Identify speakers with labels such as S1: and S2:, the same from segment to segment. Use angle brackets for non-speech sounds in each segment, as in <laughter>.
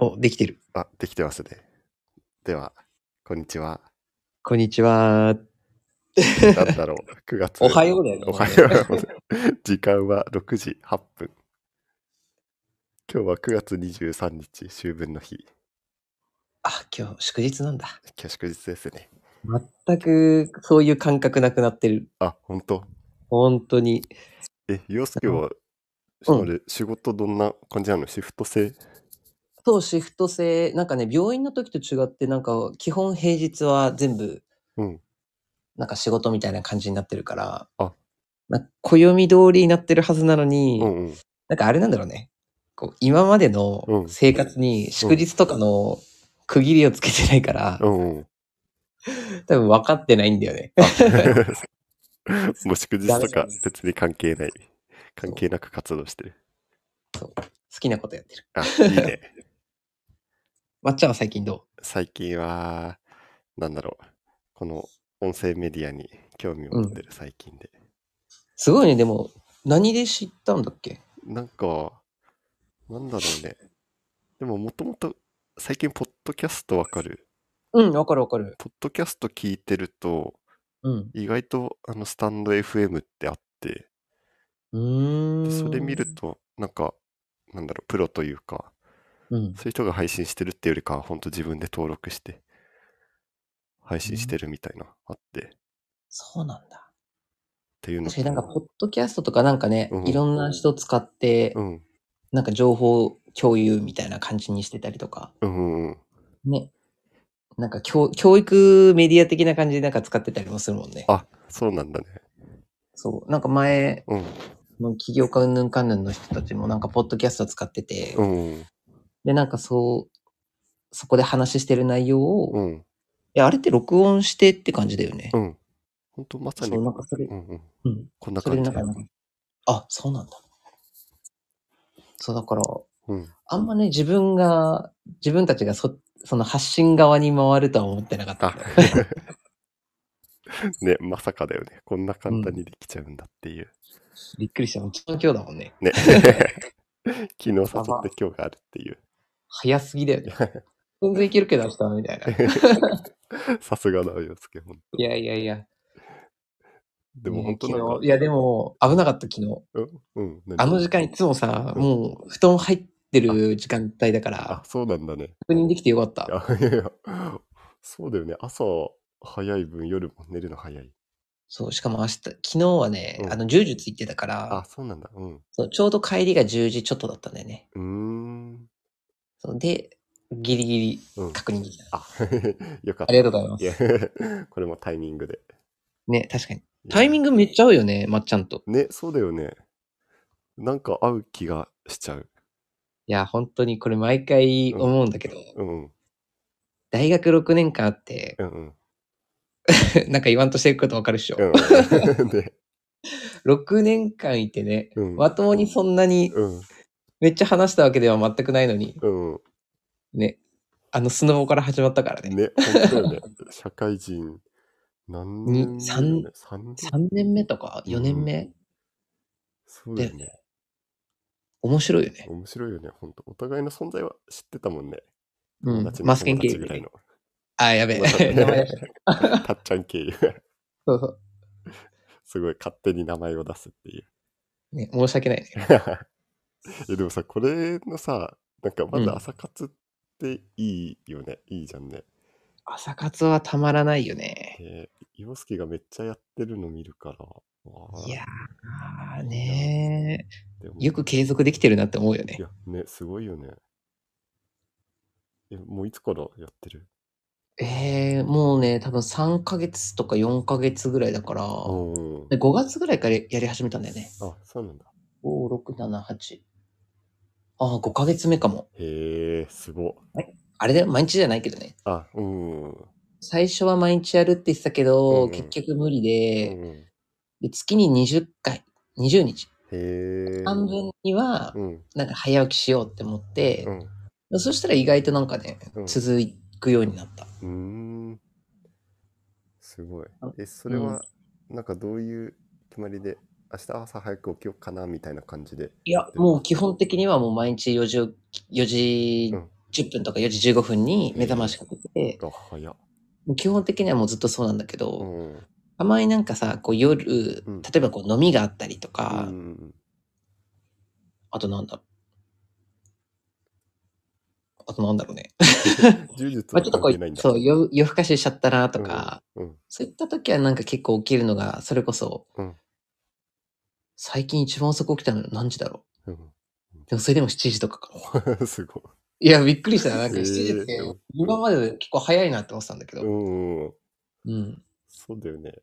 S1: お、できてる。
S2: あ、できてますね。では、こんに
S1: <laughs>
S2: ちは。
S1: こんにちは。
S2: なんだろう、9月。
S1: おはようだよね
S2: おはよう。時間は6時8分。今日は9月23日、秋分の日。
S1: <laughs> あ、今日祝日なんだ。
S2: 今日祝日ですね。
S1: 全くそういう感覚なくなってる。
S2: あ、本当
S1: 本当に。
S2: え、洋介は、それ、仕事どんな感じなのシフト制
S1: そう、シフト制。なんかね、病院の時と違って、なんか基本平日は全部、
S2: うん。
S1: なんか仕事みたいな感じになってるから、
S2: あ
S1: なんか暦通りになってるはずなのに、
S2: うんうん。
S1: なんかあれなんだろうね。こう今までの
S2: うん
S1: 生活に祝日とかの区切りをつけてないから、
S2: うんうん。
S1: 多分分かってないんだよね。 <laughs>
S2: もう祝日とか別に関係ない。関係なく活動してる。
S1: 好きなことやってる。
S2: あ、いいね。
S1: まっちゃんは最近ど
S2: 最近は、なんだろう、この音声メディアに興味を持ってる最近で。
S1: うすごいね、でも、何で知ったんだっけ
S2: なんか、なんだろうね。でも、もともと最近、ポッドキャストわかる
S1: うん、わかるわかる。
S2: ポッドキャスト聞いてると、
S1: うん。
S2: 意外とあのスタンド FM ってあって、
S1: うーん。
S2: それ見ると、なんか、なんだろう、プロというか、
S1: うん。
S2: そういう人が配信してるっていうよりかは、ほんと自分で登録して、配信してるみたいな、あって、っ
S1: そうなんだ。
S2: ていうの
S1: 確かになんか、ポ
S2: と、
S1: ッドキャストとかなんかね、
S2: うん
S1: いろんな人使って、
S2: うん、
S1: なんか情報共有みたいな感じにしてたりとか、
S2: うん、うんうん。
S1: ね。なんか教教育メディア的な感じでなんか使ってたりもするもんね。
S2: あ、そうなんだね。
S1: そう。なんか前、
S2: うん。
S1: の起業家うんぬんかんぬんの人たちもなんかポッドキャスト使ってて、
S2: うん。
S1: で、なんかそう、そこで話してる内容を、
S2: う
S1: い
S2: ん。
S1: や、あれって録音してって感じだよね。
S2: うん。本当まさに、
S1: そう、
S2: う
S1: なんかそれ、
S2: んうん。
S1: うん。
S2: こんな
S1: それ
S2: 感
S1: で
S2: じ
S1: なん。か、あ、そうなんだ。そう、だから、
S2: うん。
S1: あんまね、自分が、自分たちがそ、その発信側に回るとは思ってなかった
S2: あ。ね、まさかだよね。こんな簡単にできちゃうんだっていう。
S1: びっくりした。もう今日だもんね。
S2: ね。 <laughs> 昨日誘って
S1: やば
S2: 今日があるっていう。
S1: 早すぎだよ
S2: <laughs>
S1: ね。全然いけるけど明日はみたいな。い
S2: さすがだよ、洋介。ほん
S1: やいやいや。
S2: でも
S1: ね
S2: 本当なん
S1: 昨
S2: か
S1: 日、いやでも、危なかった昨日。
S2: うん。何
S1: あの時間いつもさ、
S2: うん
S1: もう布団入ってる時間帯だか
S2: あ
S1: ら、、
S2: そうなんだね。
S1: 確認できてよかっ
S2: い
S1: た。
S2: やいやいや。そうだよね。朝早い分、夜も寝るの早い。
S1: そう、しかも明日、昨日はね、
S2: うん
S1: あの10時ついてたから
S2: あ、、そうなんだ。うん。う
S1: そうちょうど帰りが10時ちょっとだったんだよね。
S2: ーん。
S1: そうで、ギリギ
S2: うん
S1: リ確認できた。
S2: あ、 <laughs> よかった。
S1: ありがとうございます
S2: いや、 <laughs> これもタイミングで。
S1: ね、確かに。タイミングめっちゃ合うよね、まっちゃんと。
S2: ね、そうだよね。なんか合う気がしちゃう。
S1: いや、本当にこれ毎回思うんだけど、
S2: うん、
S1: 大学6年間あって、
S2: うん、うん。
S1: <laughs> なんか言わんとしてることわかるっしょ。
S2: うん、 <laughs> ね、
S1: 6年間いてね、
S2: うん
S1: まともにそんなに
S2: うん、
S1: めっちゃ話したわけでは全くないのに、
S2: う
S1: ね、あのスノボから始まったからね
S2: ん。。ね、本当よ
S1: <laughs>
S2: ね。社会人、何年
S1: に三
S2: 三年
S1: 3年目とか4年目、
S2: そうだよね。
S1: 面白いよね。
S2: 面白いよね、本当お互いの存在は知ってたもんね。
S1: うん
S2: 友達の
S1: マスケン
S2: 友
S1: 経
S2: 達
S1: 由
S2: ぐらい
S1: で。
S2: の。
S1: あ、やべえ。
S2: わかんない
S1: <laughs> 名前出しちゃった
S2: <laughs> たっちゃん経由。
S1: そうそ
S2: すごい、勝手に名前を出すっていう。
S1: う。ね、申し訳ないね。
S2: <laughs> えでもさ、これのさ、なんかまだ朝活っていいよね。いいじゃんね。
S1: 朝活はたまらないよね。
S2: えー、洋介がめっちゃやってるの見るから。わー
S1: いやーね
S2: でも
S1: ー。よく継続できてるなって思うよね
S2: い。や、ね、すごいよね。え、もういつからやってる
S1: えー、もうね、多分3ヶ月とか4ヶ月ぐらいだから、
S2: あうん。
S1: で5月ぐらいからやり始めたんだよね。
S2: あ、そうなんだ。
S1: 5、6、7、8。ああ、5ヶ月目かも。
S2: へえ、すごっ。
S1: あれだよ、毎日じゃないけどね。
S2: あ、うん。うん
S1: 最初は毎日やるって言ってたけど、
S2: うんうん
S1: 結局無理で、
S2: へ
S1: で月に20回、20日。
S2: え。
S1: 半分には、
S2: うん。
S1: なんか早起きしようって思って
S2: う、ん。う
S1: そしたら意外となんかね、
S2: うん
S1: 続くようになった。
S2: ーん。すごい
S1: あ。
S2: え、それは、なんかどういう決まりで、明日朝早く起きようかなみたいな感じで。
S1: いや、もう基本的にはもう毎日4時、4時10分とか4時15分に目覚ましかけて、
S2: あ、早っ。
S1: もう基本的にはもうずっとそうなんだけ
S2: う
S1: ど、
S2: ん。
S1: たまになんかさ、こう夜
S2: うん、
S1: 例えばこう飲みがあったりと
S2: う
S1: か、 <laughs>
S2: ん
S1: あとなんだろう。あとなんだろうね。
S2: 柔術
S1: まあ
S2: は
S1: ちょっとこ、
S2: 関係ないうんだ。
S1: そう、夜夜更かししちゃったなとか、
S2: うん。
S1: そういった時はなんか結構起きるのが、それこそ、
S2: うん
S1: 最近一番遅く起きたの何時だろ
S2: うん。 <laughs>
S1: う。でもそれでも7時とかか。
S2: うんすごい。
S1: いや、びっく <laughs> りしたな。なんか
S2: へえ
S1: 7時って、今まで結構早いなって思ってたんだけ
S2: う
S1: ど。
S2: んうん。
S1: うん。
S2: そうだよね。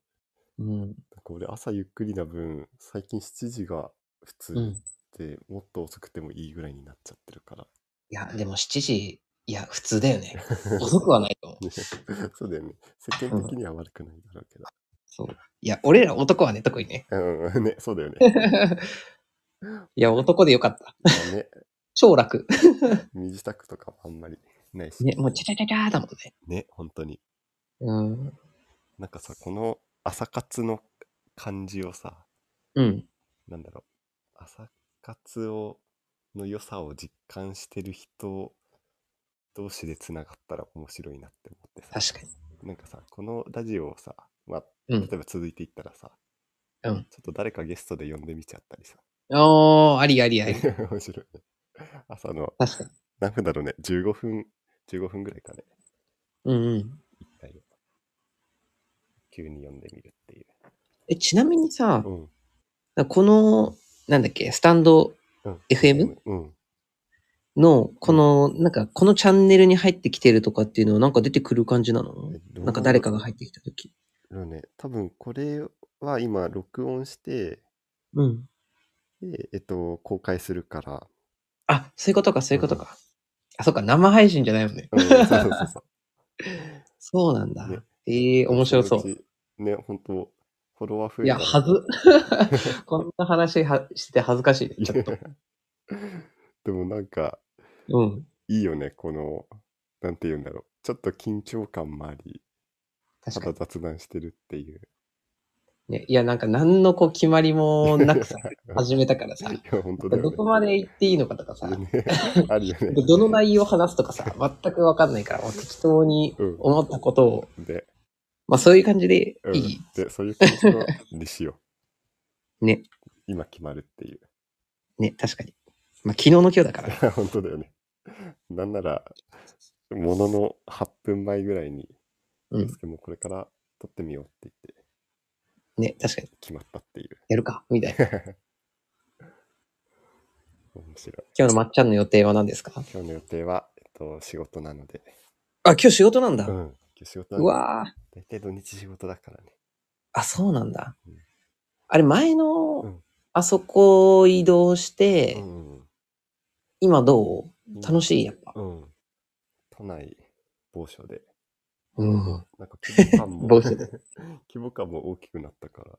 S1: うん。
S2: なんか俺朝ゆっくりな分、最近7時が普通
S1: うん。
S2: で、もっと遅くてもいいぐらいになっちゃってるから。 <laughs>
S1: いや、でも7時、いや、普通だよ <laughs> ね。遅くはないと思う。
S2: ねそうだよね。世間的には悪くないだろうけど。
S1: そう。いや、俺ら男はね、特にね。 <laughs>
S2: うん、ね、そうだよね。
S1: いや、男でよかった。
S2: まあね、
S1: 超楽。
S2: 身支度とかもあんまりないし。
S1: ね、もう、チャチャチャチャーだもんね。
S2: ね、本当に。
S1: うん。
S2: なんかさ、この朝活の感じをさ、
S1: うん。
S2: なんだろう、朝活をの良さを実感してる人同士でつながったら面白いなって思ってさ、
S1: 確かに。
S2: なんかさ、このラジオをさ、まあ、
S1: う
S2: 例
S1: ん。
S2: えば続いていったらさ、
S1: うん。
S2: ちょっと誰かゲストで呼んでみちゃったりさ、
S1: おー、ありありあり。
S2: <laughs> 面白いね。朝の、
S1: <laughs> 確かに。
S2: 何分だろうね、15分、15分ぐらいかね、
S1: うんうん。
S2: 一回を急に呼んでみるっていう。
S1: え、ちなみにさ、
S2: うん。
S1: この、なんだっけ、スタンド
S2: うん
S1: FM
S2: うん。
S1: の、この、なんか、このチャンネルに入ってきてるとかっていうのは、なんか出てくる感じなの
S2: えどう
S1: なんか誰かが入ってきたとき。
S2: だろうね、多分これは今録音して、
S1: うん。
S2: で、えっと、公開するから。
S1: あ、そういうことか、そういうことか。あ、そっか、生配信じゃないもんね。
S2: うん、そうそうそうそ
S1: そうなんだ
S2: ね。
S1: ええ <laughs>
S2: う。
S1: 面白そう
S2: の。ち。ね、本当フォロワー増え
S1: いや、
S2: たら
S1: は <laughs> ず。
S2: <laughs>
S1: こんな話はして恥ずかしいね、ちょっと。
S2: でもなんか、
S1: うん。
S2: いいよね、この、なんて言うんだろう。ちょっと緊張感もあり、た
S1: 確かに。
S2: だ雑談してるっていう。
S1: ね、いや、なんか何のこう決まりもなくさ、始めたからさ、
S2: いや、本当だよ
S1: ど
S2: ね
S1: こ。まで行っていいのかとかさ、
S2: ね <laughs> あるよ
S1: <laughs>
S2: ね。
S1: どの内容を話すとかさ、全くわかんないから、もう適当に
S2: うん
S1: 思ったことを、
S2: で、
S1: まあそういう感じで
S2: うん
S1: いい。
S2: で、そういう感じのにしよう。
S1: ね。
S2: <laughs> 今決まるっていう。。
S1: ね、確かに。まあ昨日の今日だから
S2: 本当だよね。なんなら、ものの8分前ぐらいに、
S1: う
S2: で
S1: ん
S2: す。けどもうこれから撮ってみようって言って
S1: ね、確かに。
S2: 決まったっていう。
S1: やるか、みた <laughs> いな。
S2: 面白い。
S1: 今日のまっちゃんの予定は何ですか
S2: 今日の予定は、えっと、仕事なので。
S1: あ、今日仕事なん
S2: う
S1: だ。
S2: ん。今日仕事な
S1: う
S2: ので。
S1: わー。
S2: 大体土日仕事だからね。
S1: あ、そうなんだ
S2: うん。
S1: あれ、前
S2: う
S1: の
S2: ん、
S1: あそこを移動して、
S2: うん
S1: 今ど
S2: うん。
S1: う楽しい、やっぱ。
S2: うん。都内、某所で。
S1: うん。
S2: なんか規模感も、
S1: 某所で
S2: <laughs> 規模感も大きくなったから。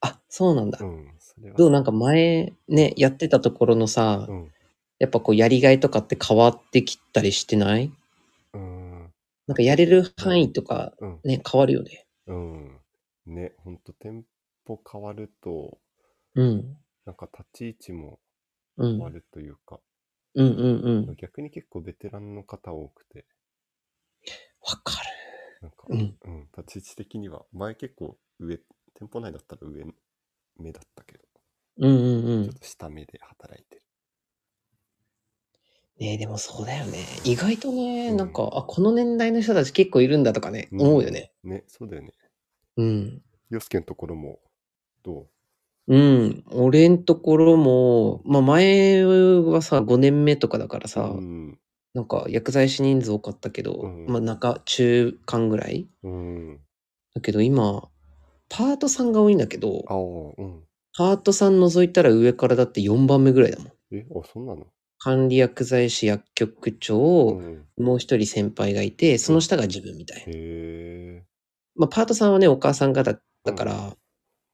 S1: あ、そうなんだ
S2: う。ん。それは。
S1: どうなんか前ね、やってたところのさ
S2: う、ん。
S1: やっぱこうやりがいとかって変わってきたりしてない
S2: うん。
S1: なんかやれる範囲とか
S2: うん。
S1: ね、変わるよね。
S2: うん。ね、ほんと店舗変わると、
S1: うん。
S2: なんか立ち位置も
S1: うん。
S2: 変
S1: う
S2: わ
S1: ん
S2: るというか、
S1: うんうん。
S2: 逆に結構ベテランの方多くて、
S1: わかる。
S2: なんか、
S1: うん
S2: うん、立ち位置的には、前結構上、店舗内だったら上目だったけど、
S1: うんうんうん
S2: ちょっ。と下目で働いてる。
S1: ねでもそうだよね。意外とね、
S2: うん
S1: なんか、あ、この年代の人たち結構いるんだとかね、思うよね。
S2: ん。ね、そうだよね。
S1: うん。
S2: 洋介のところも、ど
S1: うん。俺んところも、まあ前はさ、5年目とかだから
S2: う
S1: さ、
S2: うん。
S1: なんか薬剤師人数多かったけど、
S2: うん
S1: まあ中、中間ぐらい
S2: うん。
S1: だけど今、パートさんが多いんだけど、
S2: ああ、うん。
S1: パートさん除いたら上からだって4番目ぐらいだもん。
S2: え、あ、そんなの
S1: 管理薬剤師薬局
S2: う
S1: 長、
S2: ん。
S1: もう一人先輩がいて、その下が自分みたいな。
S2: へえ。
S1: まあ、パートさんはね、お母さん方だから、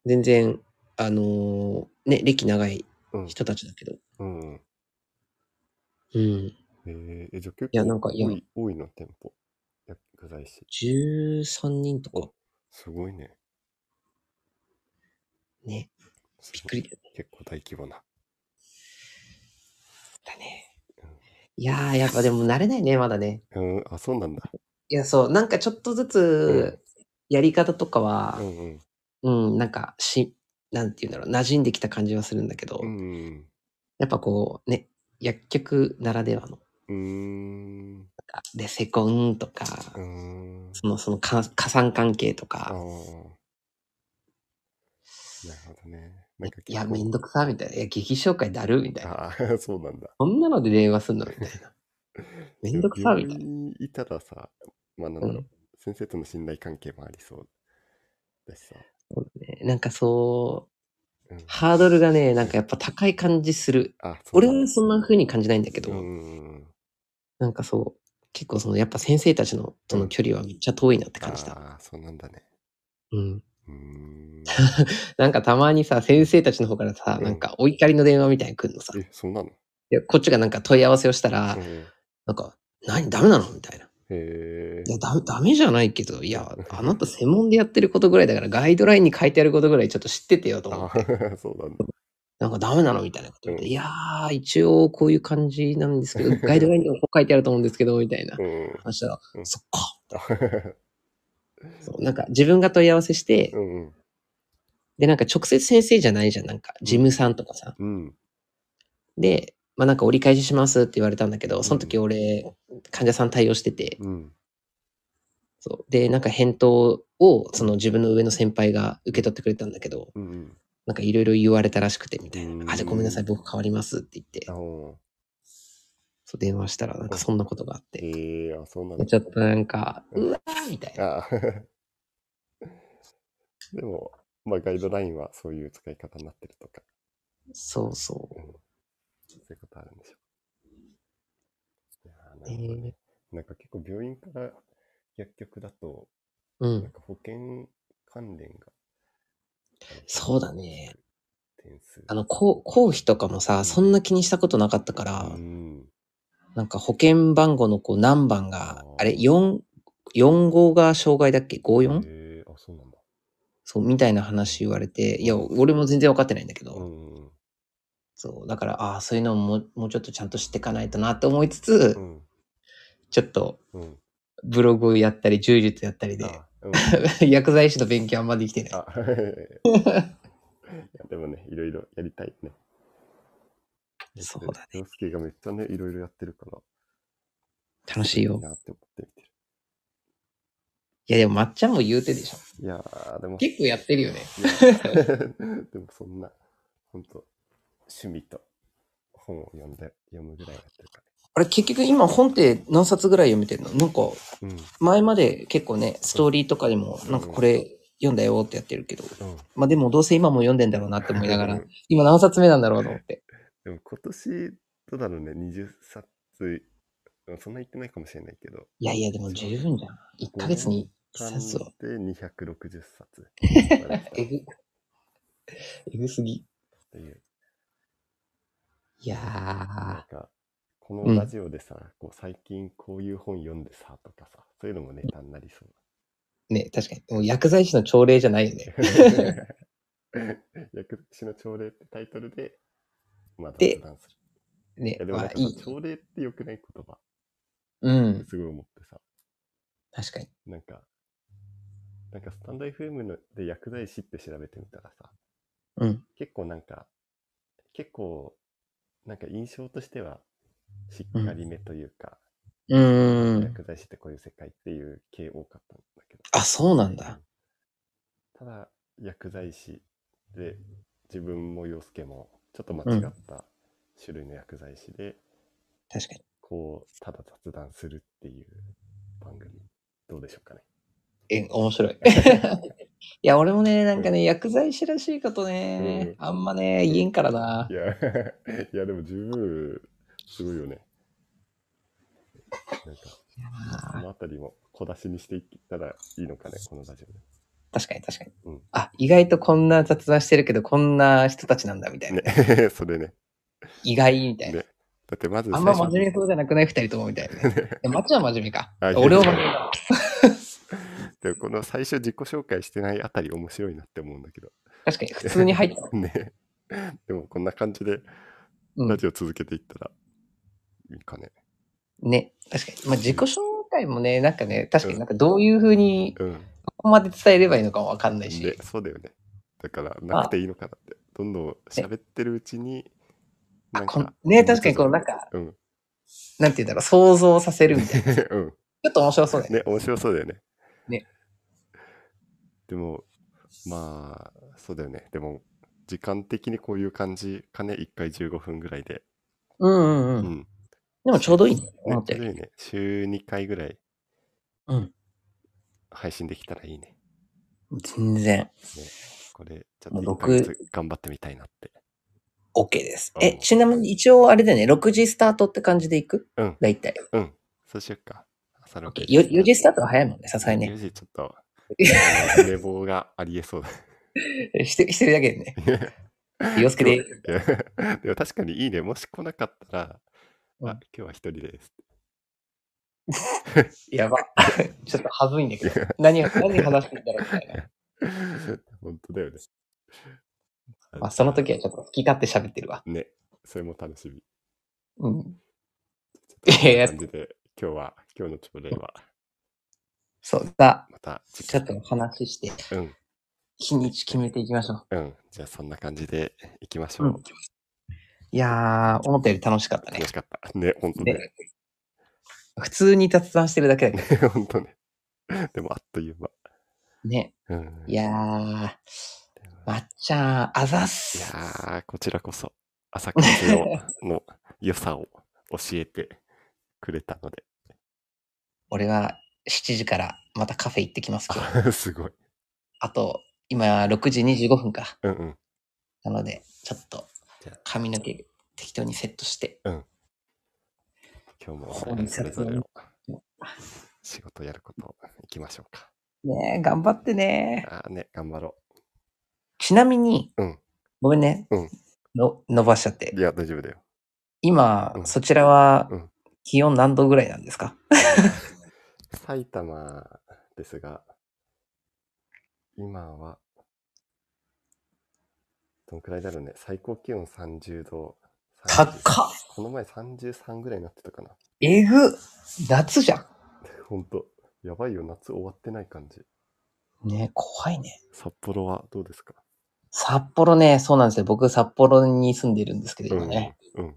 S1: 全然、あのーね、歴長い
S2: うん。
S1: 人たちだけど。
S2: うん。
S1: うん。
S2: えー、え、じゃあ結構
S1: やなんかいや
S2: 多い多いの店舗。薬剤師。
S1: 13人とか。
S2: すごいね。
S1: ね。
S2: す
S1: びっ
S2: ご
S1: く
S2: い
S1: りだよね
S2: 結構大規模な。
S1: だね
S2: うん。
S1: いやー、やっぱでも慣れないね、まだね。
S2: うん、あ、そうなんだ。
S1: いや、そう、なんかちょっとずつ、やり方とかは
S2: う、んう
S1: う
S2: ん。
S1: ん、なんかし、なんていうんだろう、馴染んできた感じはするんだけど、
S2: うんうん
S1: やっぱこう、ね、薬局ならではの、
S2: うん。う
S1: レセコンとか、
S2: ーん。うーん。
S1: その、そのか、加算関係と
S2: ああ。な
S1: か、
S2: るほどね。なんか
S1: いや、
S2: 結構
S1: めんどくさ、みたいな。いや、劇紹介だるみたいな。
S2: ああ、 <laughs> そうなんだ。
S1: こんなので電話すんのみたいな。
S2: <laughs>
S1: めんどくさ、みたい
S2: 病
S1: な。
S2: 院にいたらさ、まあなんだ
S1: う
S2: ろう、
S1: ん、
S2: 先生との信頼関係もありそうだしさ。
S1: そうだね。なんかそう、
S2: うん、
S1: ハードルがね、なんかやっぱ高い感じする。
S2: あ、そう
S1: 俺
S2: なん
S1: は
S2: だ
S1: そんな風に感じないんだけど、
S2: うんうんうん。
S1: なんかそう、結構そのやっぱ先生たちのとの距離はめっちゃ遠いなって感じた。
S2: ああ、そうなんだね。
S1: うん。
S2: うー
S1: <laughs>
S2: ん。
S1: なんかたまにさ、先生たちの方からさ、
S2: うん
S1: なんかお怒りの電話みたいに来るのさ。
S2: え、そうなの
S1: でこっちがなんか問い合わせをしたら、
S2: うんうん
S1: なんか、何ダメなのみたいな。
S2: へえ
S1: い。やだ、ダメじゃないけど、いや、あなた専門でやってることぐらいだから、ガイドラインに書いてあることぐらいちょっと知っててよと思
S2: あ
S1: って。
S2: あ、 <laughs> そうなんだ。
S1: なんかダメなのみたいなこと言って、
S2: うん
S1: いやー、一応こういう感じなんです
S2: <laughs>
S1: けど、ガイドラインにもこう書いてあると思うんですけど、みたいな
S2: うん。
S1: 話したら、
S2: うん
S1: そっかそう。なんか自分が問い合わせして、
S2: うんうん。
S1: で、なんか直接先生じゃないじゃん、なんか、事務さんとかさ。
S2: うん。
S1: で、まあなんか折り返ししますって言われたんだけど、その時俺、患者さん対応してて、
S2: うん。
S1: そう。で、なんか返答を、その自分の上の先輩が受け取ってくれたんだけど、
S2: うん。
S1: なんかいろいろ言われたらしくて、みたい
S2: うん
S1: な。あ、じゃあごめんなさい、僕変わりますって言って
S2: あ、あ。
S1: そう電話したら、なんかそんなことがあって。
S2: へえ、あ、そうなん
S1: で
S2: だ。
S1: ちょっとなんか、
S2: うん
S1: うわーみたいな。
S2: ああ <laughs> でも、まあ、ガイドラインはそういう使い方になってるとか、
S1: そうそう。
S2: そういうことあるんでしょう。いやーなるほどねなんか結構病院から薬局だと、
S1: う
S2: なん
S1: ん。
S2: か保険関連が、
S1: そうだね。
S2: 点数。
S1: あの、こう公費とかもさ、そんな気にしたことなかったから、
S2: うん。
S1: なんか保険番号のこう何番が
S2: あー、
S1: あれ、4、4号が障害だっけ ?54?
S2: へえ、あ、そうなんだ。
S1: そう、みたいな話言われて、いや、俺も全然分かってないんだけど、
S2: うんうん
S1: そう、だから、ああ、そういうのももうもうちょっとちゃんと知っていかないとなって思いつつ、
S2: うん。
S1: ちょっと
S2: うん。
S1: ブログをやったり、柔術やったりで、
S2: あ、うん
S1: <laughs> 薬剤師の勉強あんまできて <laughs> ない。
S2: あいやでもね、いろいろやりたいね。
S1: そうだね。
S2: 洋介がめっちゃね、いろいろやってるから。
S1: 楽しいよ
S2: な。って思って見てる。
S1: いや、でも、まっちゃんも言うてでしょ。
S2: いやー、でも、
S1: 結構やってるよね。
S2: いやー <laughs> でもそんな、ほんと、趣味と本を読んで、読むぐらいやってるか
S1: あれ、結局今本って何冊ぐらい読めてるのなんか、
S2: らね。
S1: 前まで結構ね、ストーリーとかでも、なんかこれ読んだよってやってるけど、
S2: うん。うん。
S1: まあでもどうせ今も読んでんだろうなって思いなが
S2: う
S1: ら
S2: ん、
S1: 今何冊目なんだろうと思って。
S2: でも今年、どうだろうね、20冊、うんそんな言ってないかもしれないけど、
S1: いやいや、でも十分じゃん。1ヶ月に1冊を。
S2: で260冊。
S1: <laughs> えぐ、えぐすぎ。
S2: という
S1: いや
S2: なん
S1: ー、
S2: か、こ
S1: う
S2: の
S1: ん
S2: ラジオでさ、こう最近こういう本読んでさとかさ、そういうのもネタにな
S1: <laughs>
S2: りそう。
S1: ね、確かに。もう薬剤師の朝礼じゃないよね。
S2: 薬師の朝礼ってタイトルで、まあ、
S1: で
S2: 雑談する。い
S1: ね
S2: や、で
S1: ま
S2: もなん
S1: あ
S2: か
S1: い
S2: さ
S1: い。
S2: 朝礼って良くない言葉
S1: う
S2: って
S1: ん、
S2: すごい思ってさ、
S1: 確かに。
S2: なんか、なんかスタンド FM ので薬剤師って調べてみたらさ、
S1: うん、
S2: 結構なんか、結構、なんか印象としては、しっかりめというか、
S1: うーん。
S2: 薬剤師ってこういう世界っていう系多かったんだけど、
S1: あ、そうなんだ。
S2: ただ薬剤師で自分も陽介もちょっと間違った種類の薬剤師で、
S1: 確かに。
S2: こうただ雑談するっていう番組どうでしょうかね。
S1: え、面白 <laughs> い。いや、俺もね、なんかね、薬剤師らしいことね、あんまね、言えんからない
S2: や <laughs> いやでも十分すごいよねなんかそのあたりも小出しにしていったらいいのかねこのラジオで
S1: 確かに確かに
S2: うん。
S1: あ、意外とこんな雑談してるけど、こんな人たちなんだ、みたいな。
S2: ね <laughs> それね
S1: 意外、みたいな。
S2: ねだってまず
S1: あんま真面目そうじゃなくない二人とも、みたい <laughs> なね。え、マッチは真面目か。
S2: あいや
S1: 俺は真面目だ。
S2: でもこの最初自己紹介してないあたり面白いなって思うんだけど
S1: 確かに、普通に入った。
S2: <laughs> ねでもこんな感じで
S1: うん
S2: ラジオ続けていったらいいかね。
S1: <laughs> ね、確かに。まあ、自己紹介もね、なんかね、確かになんかどういうふうに、
S2: うん。
S1: ここまで伝えればいいのかもわかんない
S2: ね
S1: し、。
S2: そうだよね。だから、なくていいのかなって。どんどん喋ってるうちに、
S1: あ
S2: なん
S1: こんね確かにこうなんか、
S2: うん。 <laughs>
S1: なんて言うんだろう、想像させるみたいな。ち
S2: うん。
S1: ょっと面白そうだね。
S2: ね、面白そうだよね。
S1: ね。
S2: でも、まあ、そうだよね。でも、時間的にこういう感じかね、1回15分ぐらいで。
S1: うんうんう。
S2: うんん。
S1: でもちょうどいいね。思
S2: ね
S1: っ
S2: ち
S1: た
S2: ょう
S1: よ
S2: ど
S1: り
S2: いいね。週2回ぐらい
S1: うん。
S2: 配信できたらいいね。
S1: 全然
S2: これ、ちょ
S1: も
S2: っ
S1: う
S2: と1
S1: 僕
S2: ヶ月頑張ってみたいなって。
S1: OK です。
S2: うん
S1: え、ちなみに一応あれだよね、6時スタートって感じでいく
S2: うん。
S1: 大体。
S2: うん。そうしよっか。朝6
S1: OK。4時スタートは早いもんね、さすがに
S2: 4
S1: ね。
S2: 時ちょっと、あの寝坊がありえそうだ。
S1: してしてるだけで
S2: <laughs>
S1: ね。洋介で。
S2: いや <laughs> でも確かにいいね。もし来なかったら、
S1: うん
S2: あ、今日は一人です。
S1: やば。 <laughs> ちょっとはずいんだけ
S2: <laughs>
S1: ど。何を、何話してんだろうみたいな。
S2: 本当だよね。
S1: まあ、その時はちょっと好き勝手喋ってるわ。
S2: ね、それも楽しみ。
S1: うん。
S2: ちょっとこんない
S1: やいや
S2: 感じで、今日は、今日の朝礼は、
S1: そうだ。
S2: また次
S1: ちょっとお話しして、
S2: 回。うん、
S1: 日にち決めていきましょう。
S2: うん。じゃあそんな感じで行きましょう。
S1: うんいやー、思ったより楽しかったね
S2: 楽。しかった。ね、本当ね。
S1: ね普通に雑談してるだけだけど。
S2: <laughs> 本当ね。でもあっという間。
S1: ね。
S2: うん、
S1: いやー、まっちゃん、あざっす。
S2: いやー、こちらこそ、朝活のの良さを教えてくれたので、
S1: 俺は7時からまたカフェ行ってきますけど。
S2: あ <laughs> すごい。
S1: あと、今6時25分か。
S2: うんうん。
S1: なので、ちょっと
S2: じゃあ
S1: 髪の毛適当にセットして。
S2: 今日も
S1: そうです
S2: それぞれの
S1: ね
S2: 仕事やることいきましょうか。
S1: ねえ、頑張ってね。
S2: あーね、頑張ろ
S1: ちなみに、
S2: うん
S1: ごめんね。
S2: うん
S1: の伸ばしちゃって
S2: う。い。や、大丈夫だよ。
S1: 今、
S2: うん
S1: そちらは
S2: うん
S1: 気温何度ぐらいなんですか、
S2: 埼玉ですが、今は、どんくらいだろうね。最高気温30度。
S1: 高っ
S2: この前33ぐらいになってたかな。
S1: えぐ夏じゃ
S2: ほんと。やばいよ、夏終わってない感じ。
S1: ん。ねえ怖いね。
S2: 札幌はどうですか
S1: 札幌ね、そうなんですよ。僕、札幌に住んでるんですけど、今ね。
S2: うん。
S1: <laughs>
S2: うん。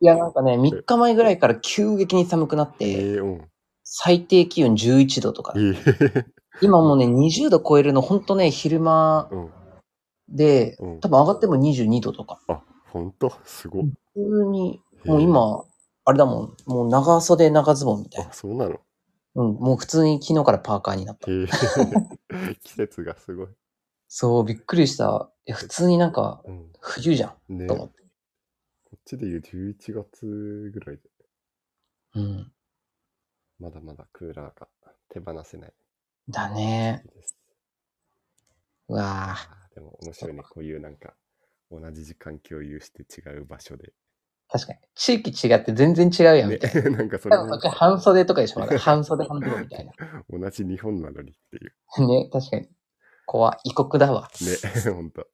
S1: いや、なんかね、3日前ぐらいから急激に寒くなっ
S2: え
S1: て、
S2: ー、うん。
S1: 最低気温11度とか
S2: え。ー、
S1: 今もうね、20度超えるの、ほんとね、昼間
S2: うん。
S1: で、
S2: うん
S1: 多。分上がっても22度とか。
S2: あ、ほんとすごっ。
S1: 普通に、もう今、あれだもん、もう長袖長ズボンみ
S2: え
S1: たい
S2: ー。
S1: な
S2: あ、。そうなの
S1: うん、もう普通に昨日からパーカーになった。
S2: えー、 <laughs> 季節がすごい。
S1: そう、びっくりした。いや、普通になんか、
S2: うん。
S1: 冬じゃん、
S2: ね
S1: と思って。
S2: こっちで言う11月ぐらいで、
S1: うん。
S2: まだまだクーラーが手放せない
S1: だね。
S2: です。
S1: うわぁ。
S2: あーでも面白いね、こういうなんか、同じ時間共有して違う場所で。
S1: 確かに。地域違って全然違うやん、 <laughs> み
S2: ね
S1: たいな。、
S2: <laughs> なんかそれ
S1: 多
S2: も
S1: 分こっち半袖とかでしょ、まだ。半袖半ズボンみたいな。
S2: 同じ日本なのにってい
S1: <laughs>
S2: う。
S1: ね、確かに。怖い。異国だわ。
S2: ね、ほんと。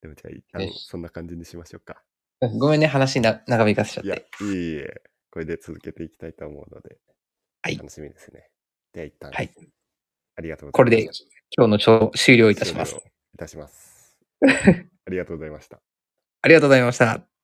S2: でもじゃあ一
S1: よ
S2: 旦
S1: し
S2: そんな感じにしましょうか。
S1: <laughs> ごめんね、話な長引かせちゃっ
S2: いや、い
S1: て。
S2: えいえ、これで続けていきたいと思うので、
S1: はい
S2: 楽しみですね。では一旦、
S1: はい。
S2: ありがとうご
S1: こ
S2: ざ
S1: れ
S2: い
S1: で
S2: ます。
S1: 今日の超終了いたします
S2: 終。了いたします。ありがとうございました。
S1: <laughs> ありがとうございました。